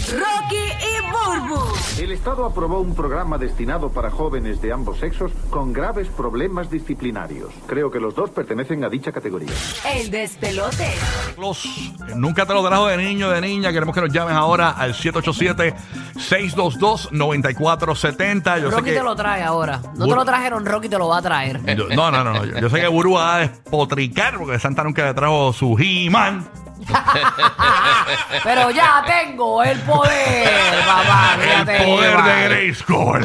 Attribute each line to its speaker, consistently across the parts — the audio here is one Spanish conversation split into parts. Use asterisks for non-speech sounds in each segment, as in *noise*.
Speaker 1: Rocky y Burbu,
Speaker 2: El Estado aprobó un programa destinado para jóvenes de ambos sexos con graves problemas disciplinarios. Creo que los dos pertenecen a dicha categoría.
Speaker 1: el despelote.
Speaker 3: Los- Nunca te lo trajo de niño, de niña. Queremos que nos llames ahora al 787-622-9470. Yo sé
Speaker 4: Rocky
Speaker 3: que.
Speaker 4: te lo trae ahora. No te
Speaker 3: Bueno.
Speaker 4: lo trajeron, Rocky te lo va a traer.
Speaker 3: Yo- no, no, no, no. Yo, yo sé que Buru va a despotricar porque Santa nunca le trajo su He-Man.
Speaker 4: Pero
Speaker 3: *laughs*
Speaker 4: ya tengo el poder, papá.
Speaker 3: El
Speaker 4: fíjate,
Speaker 3: poder
Speaker 4: vale.
Speaker 3: de Grayskull.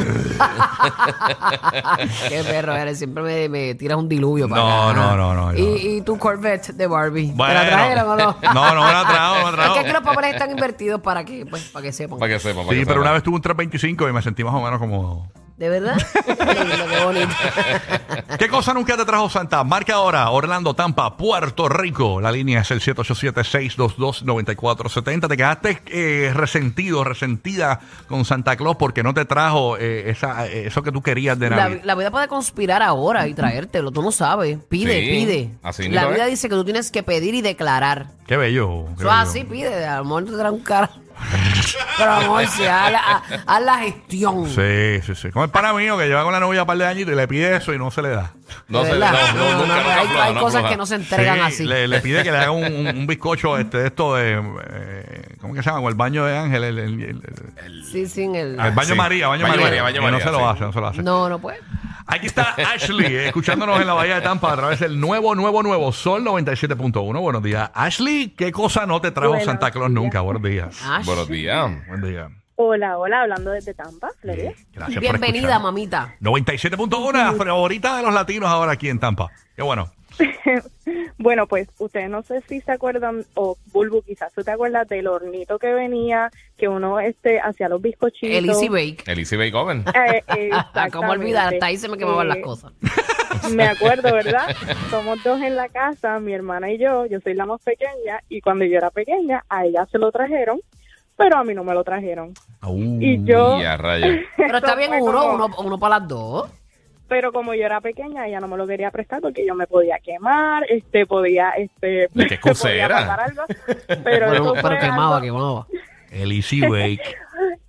Speaker 4: Qué perro eres. Siempre me, me tiras un diluvio para
Speaker 3: No,
Speaker 4: acá.
Speaker 3: no, no, no,
Speaker 4: Y,
Speaker 3: no.
Speaker 4: y tu Corvette de Barbie. ¿Te la trajeron o no?
Speaker 3: *laughs* no, no me la trajo, no
Speaker 4: Es
Speaker 3: me la trajo.
Speaker 4: que aquí los papeles están invertidos para que, pues, para que sepan.
Speaker 5: Para que sepa. para
Speaker 3: Sí,
Speaker 5: que
Speaker 3: pero
Speaker 5: sepa.
Speaker 3: una vez tuve un 325 y me sentí más o menos como.
Speaker 4: ¿De
Speaker 3: *laughs*
Speaker 4: verdad? Ay, lo que bonito.
Speaker 3: ¿Qué cosa nunca te trajo Santa? Marca ahora Orlando, Tampa, Puerto Rico. La línea es el 787-622-9470. Te quedaste eh, resentido, resentida con Santa Claus porque no te trajo eh, esa, eh, eso que tú querías de
Speaker 4: La,
Speaker 3: Navidad.
Speaker 4: la vida puede conspirar ahora y traértelo. Tú no sabes. Pide,
Speaker 5: Sí,
Speaker 4: pide.
Speaker 5: así
Speaker 4: la
Speaker 5: mismo es.
Speaker 4: vida dice que tú tienes que pedir y declarar.
Speaker 3: Qué bello. qué
Speaker 4: Eso
Speaker 3: bello.
Speaker 4: así pues. pide, a lo mejor te trae un
Speaker 5: *laughs*
Speaker 4: cara. Pero amor, sí, haz la, haz- haz la gestión.
Speaker 3: Sí, sí, sí. Como el pana mío que lleva con la novia un par de añitos y le pide eso y no se le da.
Speaker 5: No
Speaker 4: De
Speaker 3: *laughs*
Speaker 5: sé,
Speaker 4: verdad.
Speaker 5: no, no,
Speaker 4: No,
Speaker 5: nunca,
Speaker 4: no,
Speaker 5: nunca
Speaker 4: hay,
Speaker 5: afloja,
Speaker 4: hay
Speaker 5: no
Speaker 4: cosas
Speaker 5: afloja.
Speaker 4: que no se entregan
Speaker 3: Sí,
Speaker 4: así.
Speaker 3: Le, le pide que le haga un, un- un
Speaker 4: *laughs*
Speaker 3: bizcocho este, de esto de. eh, ¿Cómo que se llama? Con el baño de Ángel. El, el- el-
Speaker 4: sí, sí, en el...
Speaker 3: el baño
Speaker 5: Ah, sí.
Speaker 3: María, baño,
Speaker 5: Baño
Speaker 3: María.
Speaker 5: María, baño
Speaker 3: Y no
Speaker 5: María,
Speaker 3: se lo
Speaker 5: sí.
Speaker 3: hace, no se lo hace.
Speaker 4: No, pues. no puede.
Speaker 3: Aquí está Ashley, eh, escuchándonos en la Bahía de Tampa a través del nuevo, nuevo, nuevo Sol 97.1. Buenos días. Ashley, ¿qué cosa no te trajo
Speaker 6: Buenos
Speaker 3: Santa Claus nunca? Buenos días.
Speaker 4: Ash.
Speaker 5: Buenos días.
Speaker 3: Buen día.
Speaker 6: Hola, hola, hablando desde Tampa, Florida.
Speaker 3: Sí, gracias por
Speaker 4: Bienvenida,
Speaker 3: escuchar.
Speaker 4: mamita.
Speaker 3: 97.1, la favorita de los latinos ahora aquí en Tampa. Qué bueno.
Speaker 6: Bueno, pues ustedes no sé si se acuerdan, o Bulbu, quizás tú te acuerdas del hornito que venía, que uno este hacía los bizcochitos.
Speaker 4: El Easy Bake.
Speaker 5: El Easy Bake Oven.
Speaker 4: pues.
Speaker 6: Eh,
Speaker 4: *laughs* Ah,
Speaker 6: exactamente.
Speaker 4: ¿Cómo olvidar? Hasta ahí se me quemaban las
Speaker 6: Eh,
Speaker 4: cosas.
Speaker 6: *laughs* Me acuerdo, ¿verdad?
Speaker 4: *laughs*
Speaker 6: Somos dos en la casa, mi hermana y yo. Yo soy la más pequeña y cuando yo era pequeña a ella se lo trajeron, pero a mí no me lo trajeron. Y yo,
Speaker 5: Y
Speaker 4: *laughs*
Speaker 5: a rayos.
Speaker 4: Pero está
Speaker 6: eso
Speaker 4: bien
Speaker 6: fue
Speaker 4: uno,
Speaker 6: como-
Speaker 4: uno, uno para las dos.
Speaker 6: pero como yo era pequeña ella no me lo quería prestar porque yo me podía quemar, este podía este
Speaker 5: ¿De qué excusa
Speaker 6: *laughs* podía
Speaker 5: era?
Speaker 6: pasar
Speaker 3: *laughs*
Speaker 6: algo, pero,
Speaker 4: Bueno,
Speaker 6: eso
Speaker 4: Pero,
Speaker 6: fue
Speaker 4: quemaba,
Speaker 6: algo-
Speaker 4: quemaba.
Speaker 3: El Easy Bake.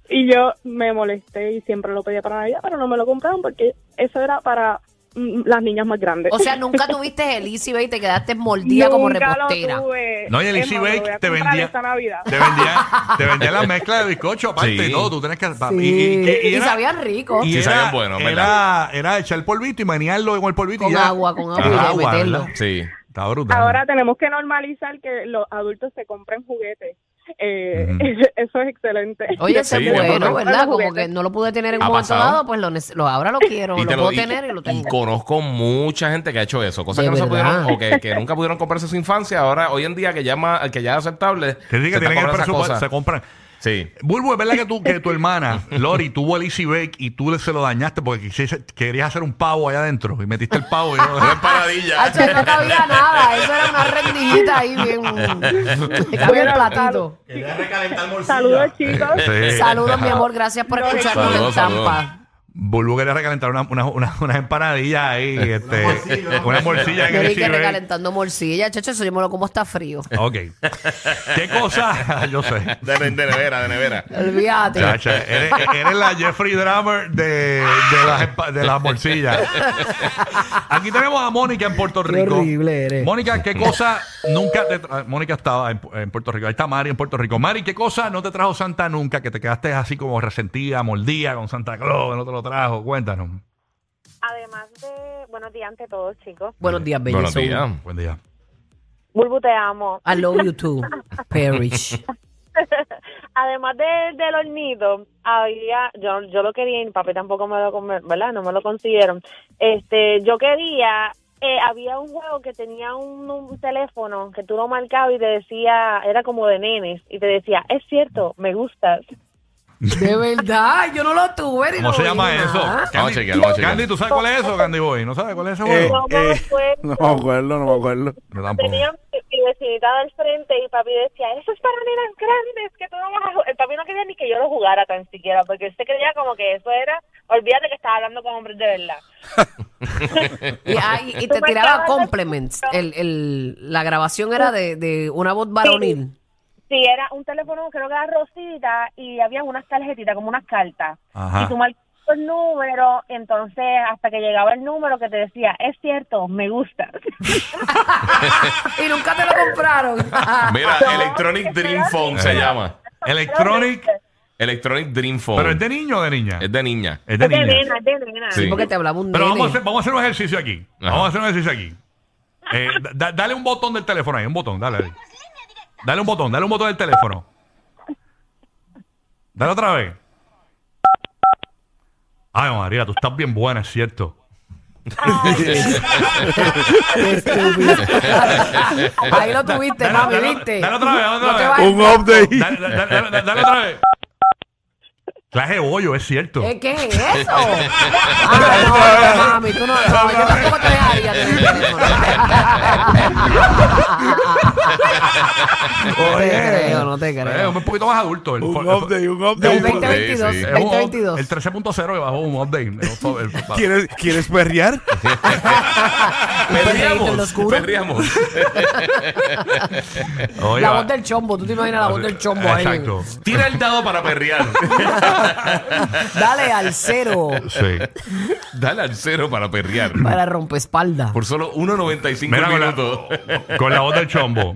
Speaker 6: Y yo me molesté y siempre lo pedía para Navidad, pero no me lo compraron porque eso era para mm, las niñas más grandes.
Speaker 4: O sea, nunca tuviste el Easy Bake y te quedaste mordida como
Speaker 6: Nunca lo
Speaker 4: repostera.
Speaker 6: tuve.
Speaker 3: No, y el
Speaker 6: Es
Speaker 3: Easy
Speaker 6: más, me lo
Speaker 3: Bake
Speaker 6: voy a
Speaker 3: te
Speaker 6: comprar
Speaker 3: vendía-
Speaker 6: esta Navidad.
Speaker 3: Te vendía, te vendía la mezcla de bizcocho aparte
Speaker 5: Sí.
Speaker 3: y todo. Tú tenías que.
Speaker 4: Sí.
Speaker 3: y- y- y- y
Speaker 4: Y
Speaker 3: era-
Speaker 4: sabían rico.
Speaker 3: y
Speaker 5: Sí,
Speaker 3: era,
Speaker 5: sabían bueno, en
Speaker 3: era, era echar el polvito y maniarlo con el polvito. y
Speaker 4: Con
Speaker 3: ya.
Speaker 4: agua, con agua,
Speaker 3: Ajá,
Speaker 4: y pues, meterlo.
Speaker 3: ¿verdad?
Speaker 5: Sí.
Speaker 3: Está brutal.
Speaker 6: Ahora tenemos que normalizar que los adultos se compren juguetes. Eh,
Speaker 3: Ujú.
Speaker 6: *laughs* Eso es excelente.
Speaker 4: Oye, ese
Speaker 5: Sí,
Speaker 4: es
Speaker 5: es
Speaker 4: bueno,
Speaker 5: verdad.
Speaker 4: ¿verdad? Como que
Speaker 6: Juguetes.
Speaker 4: no lo pude tener en un
Speaker 5: Ha
Speaker 4: momento
Speaker 5: pasado.
Speaker 4: dado, pues lo, nece- lo- ahora lo quiero, lo, puedo
Speaker 5: y-
Speaker 4: tener y lo
Speaker 5: y
Speaker 4: tengo.
Speaker 5: conozco mucha gente que ha hecho eso. Cosas
Speaker 4: De
Speaker 5: que no se
Speaker 4: verdad.
Speaker 5: pudieron, o que, que nunca pudieron comprarse en su infancia. Ahora, hoy en día, que ya, más- que ya es aceptable.
Speaker 3: Que sí, que
Speaker 5: se
Speaker 3: tienen el
Speaker 5: están comprando esas
Speaker 3: presupuesto,
Speaker 5: cosas.
Speaker 3: se compran.
Speaker 5: Sí.
Speaker 3: Bulbo, es verdad que, tú,
Speaker 5: *laughs*
Speaker 3: que tu hermana, Lori, tuvo el Easy Bake y tú le- se lo dañaste porque quisiste- querías hacer un pavo allá adentro y metiste el pavo. Y no,
Speaker 5: *laughs* Una paradilla.
Speaker 4: Hacho, ahí no cabía nada, eso era una rendijita ahí bien. Cabía el
Speaker 6: Bueno,
Speaker 4: platito.
Speaker 6: Saludos, chicos.
Speaker 3: *laughs*
Speaker 5: Eh,
Speaker 3: Sí.
Speaker 4: Saludos, mi amor, gracias por escucharnos
Speaker 5: Saludos,
Speaker 4: en Tampa.
Speaker 3: Bulbo quería recalentar unas una, una, unas empanadillas ahí, este, una morcilla en
Speaker 4: Yo vi
Speaker 3: el Easy
Speaker 4: que
Speaker 3: Bake.
Speaker 4: recalentando morcilla, chacho, eso yo me lo como hasta frío.
Speaker 3: Ok. ¿Qué cosa? *laughs* Yo sé.
Speaker 5: De, de nevera, de nevera.
Speaker 4: Olvídate.
Speaker 3: Chacha, eres, eres la Jeffrey Dahmer de, de las, empa- de las morcillas. Aquí tenemos a Mónica en Puerto Rico.
Speaker 4: horrible eres.
Speaker 3: Mónica, ¿qué cosa nunca te tra- Mónica estaba en, Pu- en Puerto Rico. Ahí está Mari en Puerto Rico. Mari, ¿qué cosa no te trajo Santa nunca? Que te quedaste así como resentida, mordida con Santa Claus, no te lo trajo. Cuéntanos.
Speaker 7: Además de, buenos días ante todos, chicos.
Speaker 4: Buenos días, belleza.
Speaker 5: Buenos días.
Speaker 3: Buen día.
Speaker 7: Bulbu, te amo.
Speaker 4: I love you too, Parrish.
Speaker 7: Además de- del hornito, había, yo, yo lo quería y mi papi tampoco me lo, come- ¿verdad? No me lo consiguieron. Este, yo quería Eh, había un juego que tenía un, un teléfono que tú lo marcabas y te decía, era como de nenes, y te decía, es cierto, me gustas.
Speaker 4: De verdad, yo no lo tuve. ni
Speaker 3: ¿Cómo
Speaker 4: lo
Speaker 3: se
Speaker 4: vi,
Speaker 3: llama
Speaker 4: nada.
Speaker 3: eso? Candy,
Speaker 5: chequear, vamos a chequear.
Speaker 3: Candy, ¿tú sabes cuál es eso, Candy Boy? ¿No sabes cuál es ese
Speaker 8: Eh,
Speaker 3: juego?
Speaker 7: No me
Speaker 8: eh,
Speaker 7: acuerdo.
Speaker 8: no me acuerdo, no me acuerdo.
Speaker 3: Yo tampoco.
Speaker 7: Tenía mi- mi vecinita al frente y papi decía, eso es para nenas grandes, que tú no vas a jugar. El papi no quería ni que yo lo jugara tan siquiera, porque él se creía como que eso era, olvídate que estaba hablando con hombres de verdad.
Speaker 4: Y, ahí- y
Speaker 7: Tú
Speaker 4: te
Speaker 7: me
Speaker 4: tiraba
Speaker 7: acabas de-
Speaker 4: compliments. El, el, la grabación era de, de una voz varonil.
Speaker 7: Sí, era un teléfono, creo que era rosita, y había unas tarjetitas, como unas cartas.
Speaker 3: Ajá.
Speaker 7: Y tú marcabas el número, entonces hasta que llegaba el número que te decía, es cierto, me gusta.
Speaker 4: Y nunca te lo
Speaker 3: *laughs*
Speaker 4: compraron. *laughs*
Speaker 5: Mira,
Speaker 7: No,
Speaker 5: Electronic
Speaker 7: espera,
Speaker 5: Dream Phone se
Speaker 3: eh.
Speaker 5: llama.
Speaker 3: Electronic,
Speaker 5: Electronic Dream Phone.
Speaker 3: pero ¿es de niño o de niña?
Speaker 5: Es de niña.
Speaker 3: Es de
Speaker 7: Es *laughs* de
Speaker 3: niña.
Speaker 7: nena, es de nena.
Speaker 5: Sí.
Speaker 4: Porque te hablaba un
Speaker 3: Pero
Speaker 4: nene.
Speaker 3: vamos a, hacer, vamos a hacer un ejercicio aquí.
Speaker 5: Ajá.
Speaker 3: Vamos a hacer un ejercicio aquí. Eh, da- da- dale un botón del teléfono ahí, un botón, dale ahí. Dale un botón, dale un botón del teléfono. Dale otra vez. Ay, María, tú estás bien buena, es cierto.
Speaker 4: Ahí lo tuviste, mami,
Speaker 3: dale,
Speaker 4: ¿viste?
Speaker 3: dale otra vez, dale otra
Speaker 4: No te
Speaker 3: vez.
Speaker 4: vayas.
Speaker 8: Un update.
Speaker 3: Dale, dale, dale, dale, dale otra vez. Clase de bollo, es cierto.
Speaker 4: ¿Eh, ¿Qué es
Speaker 3: *laughs*
Speaker 4: eso? Ah, no, mami, tú no, no, yo tampoco te dejaría tener
Speaker 3: *laughs*
Speaker 4: teléfono. te
Speaker 3: Oye.
Speaker 4: creo, no te creo.
Speaker 3: Eh, un poquito más adulto. El,
Speaker 8: Un
Speaker 3: for-
Speaker 8: update, un
Speaker 4: El
Speaker 8: update.
Speaker 4: 2022,
Speaker 5: Sí, sí.
Speaker 3: es un-
Speaker 4: 2022.
Speaker 3: El 13.0 que bajó un update.
Speaker 8: *laughs*
Speaker 3: El- el-
Speaker 8: ¿Quieres, ¿Quieres perrear?
Speaker 4: perreíto en lo
Speaker 5: Perríamos.
Speaker 4: oscuro.
Speaker 5: Perríamos.
Speaker 3: Oye,
Speaker 4: La
Speaker 3: va-
Speaker 4: voz del chombo, tú te imaginas la voz del chombo ahí.
Speaker 3: Exacto.
Speaker 5: Tira el dado para perrear.
Speaker 4: *laughs* Dale al cero
Speaker 3: Sí.
Speaker 5: Dale al cero para perrear.
Speaker 4: para rompespalda.
Speaker 5: Por solo 1.95
Speaker 3: Mira, con
Speaker 5: minutos.
Speaker 4: *laughs*
Speaker 3: la, con la voz del chombo.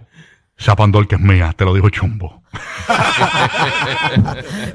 Speaker 3: Zapandol que es mía, te lo dijo chombo.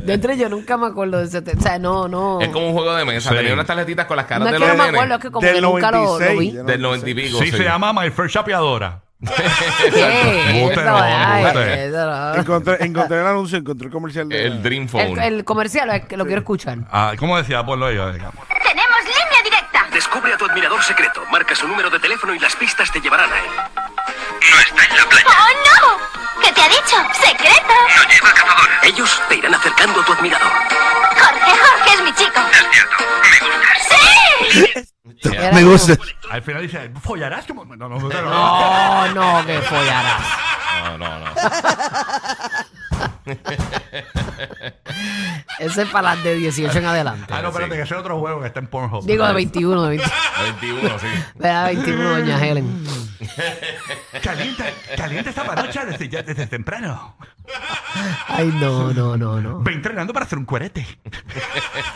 Speaker 4: De entre yo nunca me acuerdo de ese tema. O sea, no, no.
Speaker 5: Es como un juego de mesa.
Speaker 3: Sí.
Speaker 5: Tenía unas tarjetitas con las
Speaker 4: no
Speaker 5: caras
Speaker 4: es
Speaker 5: de
Speaker 4: que
Speaker 5: los
Speaker 4: no me
Speaker 5: nenes.
Speaker 4: acuerdo, es que como
Speaker 8: Del
Speaker 4: que nunca lo, lo
Speaker 8: 96,
Speaker 4: vi.
Speaker 8: ya no-
Speaker 5: Del 90 y pico.
Speaker 3: Sí, se llama My First Chapeadora.
Speaker 4: ¿Qué?
Speaker 3: Embuste,
Speaker 4: Eso,
Speaker 3: no,
Speaker 4: ay,
Speaker 3: embuste.
Speaker 4: eso, no.
Speaker 8: Encontré, encontré el anuncio, encontré el comercial de.
Speaker 5: El Dream
Speaker 4: El,
Speaker 5: Phone.
Speaker 4: el comercial es que lo quiero escuchar.
Speaker 3: Ah, ¿Cómo decía? Ponlo ahí. ahí.
Speaker 9: ¡Tenemos línea directa!
Speaker 10: Descubre a tu admirador secreto, marca su número de teléfono y las pistas te llevarán a él.
Speaker 9: ¡Oh, no! ¿Qué te ha dicho? ¡Secreto!
Speaker 10: Ellos te irán acercando a tu admirador.
Speaker 9: Jorge, Jorge es mi chico. ¡Sí!
Speaker 4: Era
Speaker 8: Me
Speaker 4: como-
Speaker 8: gusta.
Speaker 3: Al final dice, follarás como... No, no, *laughs* Ah, no. no.
Speaker 4: No, "Oh, no, que follarás.
Speaker 5: No, no, no.
Speaker 4: Ese es para las de 18 en adelante.
Speaker 3: Ah, no, espérate, que ese es otro juego que está en Pornhub.
Speaker 4: Digo de 21, de 20.
Speaker 5: 21, sí.
Speaker 4: Era 21, doña Helen.
Speaker 3: Calienta, calienta esta panocha desde, ya- desde temprano.
Speaker 4: Ay, no, no, no, no.
Speaker 3: Ve entrenando para hacer un cuerete.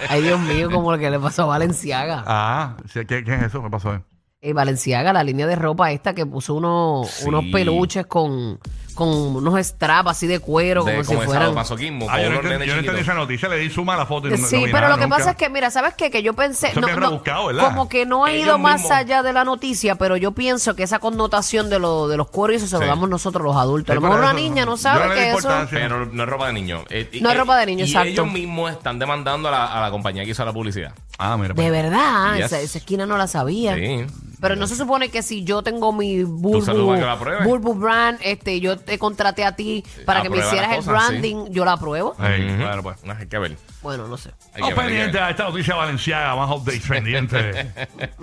Speaker 4: Ay, Dios mío, como lo que le pasó a Valenciaga.
Speaker 3: Ah, sí, ¿qué, qué es eso? Me pasó. eh.
Speaker 4: Eh, Valenciaga, la línea de ropa esta que puso unos,
Speaker 5: Sí.
Speaker 4: unos peluches con, con unos straps así de cuero,
Speaker 5: De-
Speaker 4: como si
Speaker 5: como el
Speaker 4: fueran.
Speaker 5: sábado masoquismo.
Speaker 3: Ah, yo no
Speaker 5: con
Speaker 3: entendí,
Speaker 5: un
Speaker 3: yo no entendí esa noticia, le di suma a la foto. Y no- no
Speaker 4: Sí,
Speaker 3: vi
Speaker 4: pero
Speaker 3: nada
Speaker 4: lo que
Speaker 3: nunca.
Speaker 4: pasa es que, mira, ¿sabes qué? Que yo pensé,
Speaker 3: Eso es bien rebuscado, ¿verdad?
Speaker 4: como que no he
Speaker 5: Ellos
Speaker 4: ido más
Speaker 5: mismos.
Speaker 4: allá de la noticia, pero yo pienso que esa connotación de, lo, de los cueros y eso se lo
Speaker 5: Sí.
Speaker 4: damos nosotros los adultos.
Speaker 3: Sí,
Speaker 4: A lo mejor
Speaker 3: pero
Speaker 4: una
Speaker 3: eso-
Speaker 4: niña no
Speaker 3: yo
Speaker 4: sabe
Speaker 3: le di
Speaker 4: que eso...
Speaker 3: importancia.
Speaker 5: Pero no es ropa de niño. Eh, y-
Speaker 4: No es
Speaker 5: eh,
Speaker 4: ropa de niño,
Speaker 5: y
Speaker 4: exacto.
Speaker 5: ellos mismos están demandando a la, a la compañía que hizo la publicidad.
Speaker 3: Ah, mira.
Speaker 4: De verdad,
Speaker 5: Yes.
Speaker 4: esa, esa esquina no la sabía.
Speaker 5: Sí.
Speaker 4: Pero no se supone que si yo tengo mi
Speaker 5: solo vas a que
Speaker 4: Burbu,
Speaker 5: la pruebes.
Speaker 4: Burbu Brand, este, yo te contraté a ti
Speaker 3: Eh,
Speaker 4: para que me
Speaker 5: aprueba
Speaker 4: hicieras
Speaker 5: las
Speaker 4: el
Speaker 5: cosas, sí.
Speaker 4: branding, yo la apruebo.
Speaker 3: Ey,
Speaker 5: Ujú.
Speaker 3: Claro, pues. Oh,
Speaker 5: Ah, Hay que ver.
Speaker 4: Bueno, no sé.
Speaker 5: Hay
Speaker 3: Estamos
Speaker 5: que ver, hay que
Speaker 3: pendientes
Speaker 5: ver.
Speaker 3: a esta noticia valenciaga, más updates pendientes.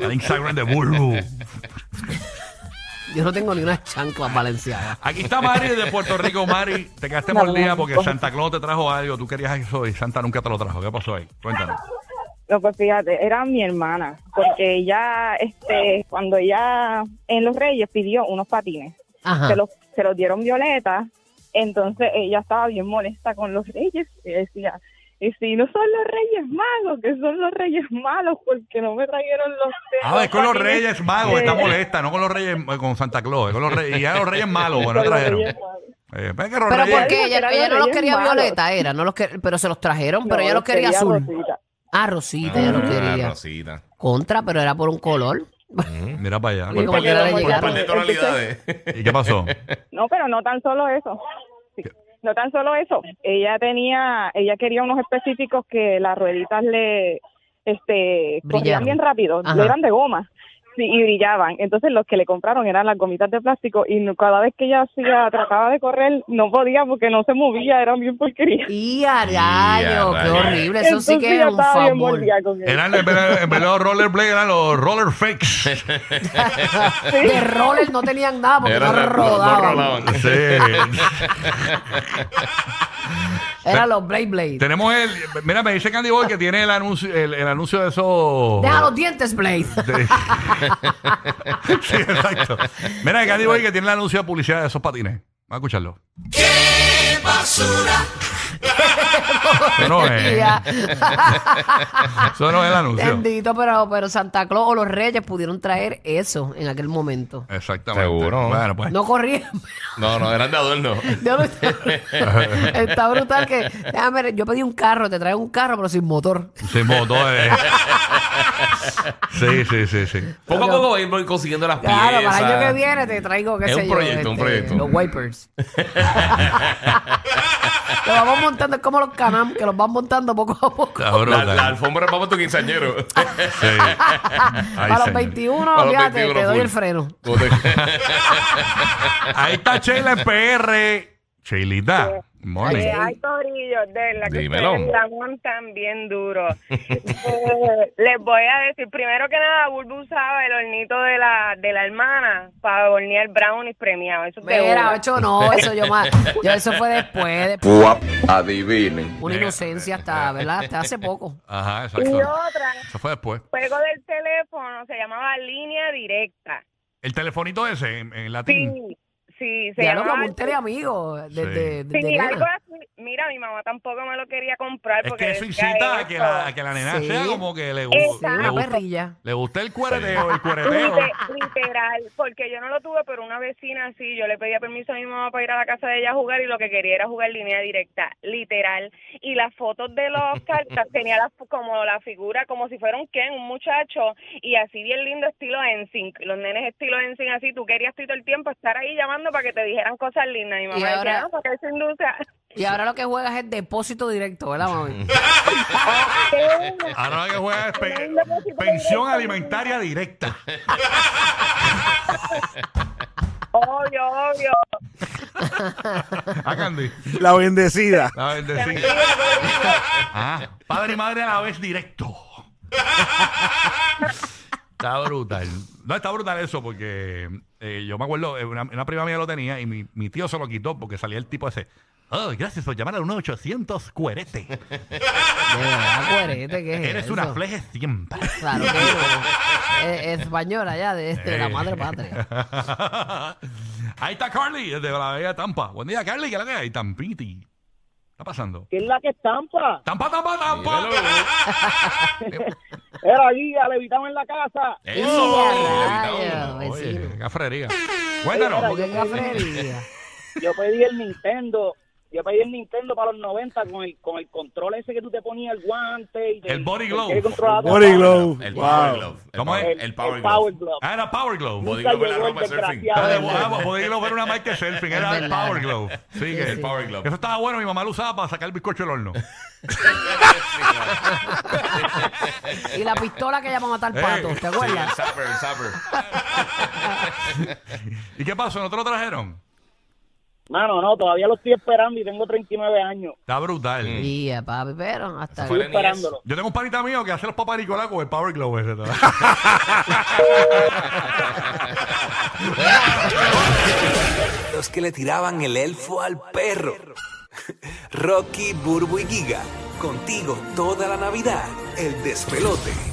Speaker 3: Al Instagram de Burbu.
Speaker 4: Yo no tengo ni una chancla valenciana.
Speaker 3: Aquí está Mari de Puerto Rico. Mari, te quedaste mordida porque Santa Claus te trajo algo. Tú querías eso y Santa nunca te lo trajo. ¿Qué pasó ahí? Cuéntanos.
Speaker 6: No, pues fíjate, era mi hermana, porque ella, este, cuando ella en los Reyes pidió unos patines,
Speaker 4: Ajá.
Speaker 6: se los, se los dieron Violeta, entonces ella estaba bien molesta con los Reyes, y decía, y si no son los Reyes magos, que son los Reyes malos, porque no me trajeron los.
Speaker 3: Ah, es con los
Speaker 6: patines
Speaker 3: Reyes Magos. Está
Speaker 6: de-
Speaker 3: molesta, no con los Reyes, eh, con Santa Claus. Es con los Reyes. Y ya los Reyes Magos, bueno,
Speaker 6: con los
Speaker 3: trajeron.
Speaker 6: Reyes Magos.
Speaker 3: Eh, ven que los
Speaker 4: Pero
Speaker 3: Reyes-
Speaker 4: ¿por qué?
Speaker 6: dijo que
Speaker 4: Ella,
Speaker 6: eran
Speaker 4: ella no
Speaker 6: los
Speaker 4: los
Speaker 6: reyes
Speaker 4: quería
Speaker 6: malos.
Speaker 4: violeta, era. No los que- pero se los trajeron, pero
Speaker 6: No,
Speaker 4: ella los quería azul.
Speaker 6: rosita.
Speaker 4: Ah, Rosita, ella los
Speaker 5: Ah,
Speaker 4: quería.
Speaker 5: Rosita.
Speaker 4: Contra, pero era por un color.
Speaker 3: Mira para allá.
Speaker 4: Oye, como
Speaker 5: Por
Speaker 4: quiera le
Speaker 5: por
Speaker 4: llegaron.
Speaker 5: par de tonalidades.
Speaker 3: ¿Y qué pasó?
Speaker 6: No, pero no tan solo eso. Sí, No tan solo eso. Ella tenía, ella quería unos específicos que las rueditas le, este, corrían
Speaker 4: Brillaron.
Speaker 6: bien rápido,
Speaker 4: Ajá.
Speaker 6: no eran de goma. Sí, y brillaban. Entonces los que le compraron eran las gomitas de plástico y no- cada vez que ella hacía, trataba de correr, no podía porque no se movía, eran bien porquería.
Speaker 4: Y a rayo, qué
Speaker 3: rayo.
Speaker 4: horrible. Eso sí que
Speaker 6: Entonces,
Speaker 4: es
Speaker 6: yo
Speaker 4: un
Speaker 6: estaba bien
Speaker 4: favor.
Speaker 6: mordida con eso.
Speaker 3: Eran en vez de- en vez de los rollerblades, eran los roller fakes.
Speaker 4: De roller no tenían nada porque
Speaker 5: Era-
Speaker 4: no
Speaker 5: no- no
Speaker 4: rodaban.
Speaker 5: rolaban.
Speaker 3: Sí.
Speaker 4: Eran los Blade Blade.
Speaker 3: Tenemos el. Mira, me dice Candy Boy que tiene el anuncio, el, el anuncio de *laughs* esos.
Speaker 4: Deja los dientes, Blade.
Speaker 3: de- sí, exacto. Mira, Candy Boy que tiene el anuncio de publicidad de esos patines. Vamos a escucharlo. ¡Qué basura! Eso no
Speaker 4: *laughs*
Speaker 3: *laughs*
Speaker 4: Ya.
Speaker 3: es. Eso no es el anuncio.
Speaker 4: Bendito, pero, pero Santa Claus o los Reyes pudieron traer eso en aquel momento.
Speaker 3: Exactamente.
Speaker 5: Seguro.
Speaker 3: Bueno, pues.
Speaker 4: No corrían.
Speaker 5: No, no, eran de adorno.
Speaker 4: Yo no-
Speaker 5: *laughs*
Speaker 4: está brutal que. déjame ver, yo pedí un carro, te traen un carro, pero sin motor.
Speaker 3: Se moto eh. Sí, sí, sí, sí.
Speaker 5: Poco a poco voy, voy consiguiendo las piezas.
Speaker 4: Claro, para el año que viene te traigo, qué
Speaker 5: Es
Speaker 4: sé
Speaker 5: un
Speaker 4: yo, este,
Speaker 5: proyecto, un proyecto.
Speaker 4: Los
Speaker 5: *laughs*
Speaker 4: wipers. Lo vamos montando, es como los canam, que los van montando poco a poco.
Speaker 3: Está brutal.
Speaker 5: La, la alfombra es para tu *laughs* quinceañero.
Speaker 3: Sí.
Speaker 4: a
Speaker 3: Ay,
Speaker 4: los
Speaker 3: señor.
Speaker 4: 21,
Speaker 5: A los
Speaker 4: fíjate,
Speaker 5: 21
Speaker 4: te doy
Speaker 5: full.
Speaker 4: el freno.
Speaker 5: Tú te-
Speaker 3: Ahí está Sheila en PR. Sheilita. Morning.
Speaker 6: Eh, ay, corillo, de la que
Speaker 5: Dímelo.
Speaker 6: ustedes la montan bien duro. *laughs* Eh, les voy a decir, primero que nada, Bulbo usaba el hornito de la, de la hermana para hornear brownies premiados. Eso
Speaker 4: Mira,
Speaker 6: seguro.
Speaker 4: ocho, no, eso yo más. Yo, eso fue después. después.
Speaker 10: Adivinen.
Speaker 4: Una inocencia hasta, ¿verdad? Hasta hace poco.
Speaker 3: Ajá,
Speaker 6: Y
Speaker 3: exacto.
Speaker 6: otra,
Speaker 3: Eso fue después.
Speaker 6: juego del teléfono, se llamaba línea directa.
Speaker 3: El telefonito ese en, en latín.
Speaker 6: Sí, sí, se
Speaker 4: Ya lo
Speaker 6: llamaba...
Speaker 4: Mm. como un teleamigo. Desde,
Speaker 6: Sí,
Speaker 4: desde nena.
Speaker 6: algo así. Mira, mi mamá tampoco me lo quería comprar
Speaker 3: Es
Speaker 6: porque
Speaker 3: que eso
Speaker 6: decía
Speaker 3: incita a que la, a
Speaker 6: eso.
Speaker 3: que la nena
Speaker 4: Sí.
Speaker 3: sea como que le, gu-
Speaker 4: Sí,
Speaker 6: Exacto.
Speaker 3: le
Speaker 4: una
Speaker 3: gusta.
Speaker 4: perrilla.
Speaker 3: Le gusta el cuereteo, el cuereteo.
Speaker 6: Lite- Literal, porque yo no lo tuve, pero una vecina sí, yo le pedía permiso a mi mamá para ir a la casa de ella a jugar y lo que quería era jugar línea directa, literal. Y las fotos de los cartas tenía la- como la figura, como si fuera un Ken, un muchacho, y así bien lindo estilo NSYNC. Los nenes estilo NSYNC así, tú querías todo el tiempo estar ahí llamando para que te dijeran cosas lindas. Mi mamá decía,
Speaker 4: ahora-
Speaker 6: no, porque eso induce a- *laughs*
Speaker 4: Y ahora lo que juegas es depósito directo, ¿verdad,
Speaker 5: *laughs*
Speaker 4: mami?
Speaker 3: Ahora lo que juega es pe-
Speaker 6: Tremendo depósito
Speaker 3: pensión
Speaker 6: directo.
Speaker 3: alimentaria directa.
Speaker 6: Obvio, obvio.
Speaker 3: A Ah, Candy.
Speaker 8: La bendecida.
Speaker 3: La bendecida. Ah, padre y madre a la vez directo. está brutal. No, está brutal eso porque eh, yo me acuerdo, eh, una, una prima mía lo tenía y mi, mi tío se lo quitó porque salía el tipo ese. Oh, gracias por llamar al 1800 cuerete.
Speaker 4: De verdad, cuerete, ah, pues, este, ¿qué es
Speaker 3: Eres
Speaker 4: eso?
Speaker 3: una fleje siempre.
Speaker 4: Claro que no. Es- española ya, de, este, de la
Speaker 3: Eh.
Speaker 4: madre
Speaker 5: *laughs*
Speaker 4: patria.
Speaker 3: *laughs* Ahí está Carly, desde la Bahía de Tampa. Buen día, Carly, ¿qué es la que hay? Tampiti. ¿Está pasando?
Speaker 11: que es la que estampa.
Speaker 3: Tampa, tampa, tampa.
Speaker 11: Era allí, a levitamos en la casa.
Speaker 5: Oh,
Speaker 4: ¡Ella,
Speaker 3: Oye,
Speaker 4: rayos, vecino!
Speaker 3: qué cafrería. Cuéntanos.
Speaker 4: ¡Qué cafrería!
Speaker 11: Yo pedí el Nintendo. Yo pedí el Nintendo para los 90 con el, con el control ese que tú te ponías el guante. Y te-
Speaker 3: El body
Speaker 11: te-
Speaker 3: glove.
Speaker 11: que controlaba todo.
Speaker 8: Body glove.
Speaker 5: El Power
Speaker 8: Wow.
Speaker 5: Glove.
Speaker 3: Oh, ¿Cómo es?
Speaker 11: El,
Speaker 5: El Power
Speaker 11: el
Speaker 5: Glove.
Speaker 11: Power Glove.
Speaker 3: Ah, era Power Glove.
Speaker 5: Body
Speaker 11: Nunca
Speaker 5: Glove es la
Speaker 11: llegó el
Speaker 5: ropa de surfing.
Speaker 11: desgraciado.
Speaker 3: Ah,
Speaker 11: Ah,
Speaker 3: de
Speaker 11: sí.
Speaker 3: volada, Podía ir a ver una marca de surfing, era
Speaker 4: Es
Speaker 3: el
Speaker 4: verdad.
Speaker 3: Power Glove. Sí, que
Speaker 5: El Power Glove.
Speaker 3: Eso estaba bueno, mi mamá lo usaba para sacar el bizcocho del
Speaker 4: *laughs*
Speaker 3: horno.
Speaker 5: *laughs*
Speaker 4: Y la pistola que ella va a matar pato, ¿te
Speaker 5: Eh. Sí, el
Speaker 4: acuerdas?
Speaker 5: zapper, el zapper.
Speaker 3: ¿Y qué pasó? ¿No te lo trajeron?
Speaker 11: Mano, no, todavía lo estoy esperando y tengo 39 años.
Speaker 3: Está brutal.
Speaker 4: Ya, papi, pero hasta
Speaker 5: Fue
Speaker 11: Estoy
Speaker 5: la niñez.
Speaker 11: esperándolo.
Speaker 3: Yo tengo un panita mío que hace los paparicolas con el Power Glove ese. ¿no?
Speaker 10: Los que le tiraban el elfo al perro. Rocky, Burbu y Giga. Contigo toda la Navidad. El despelote.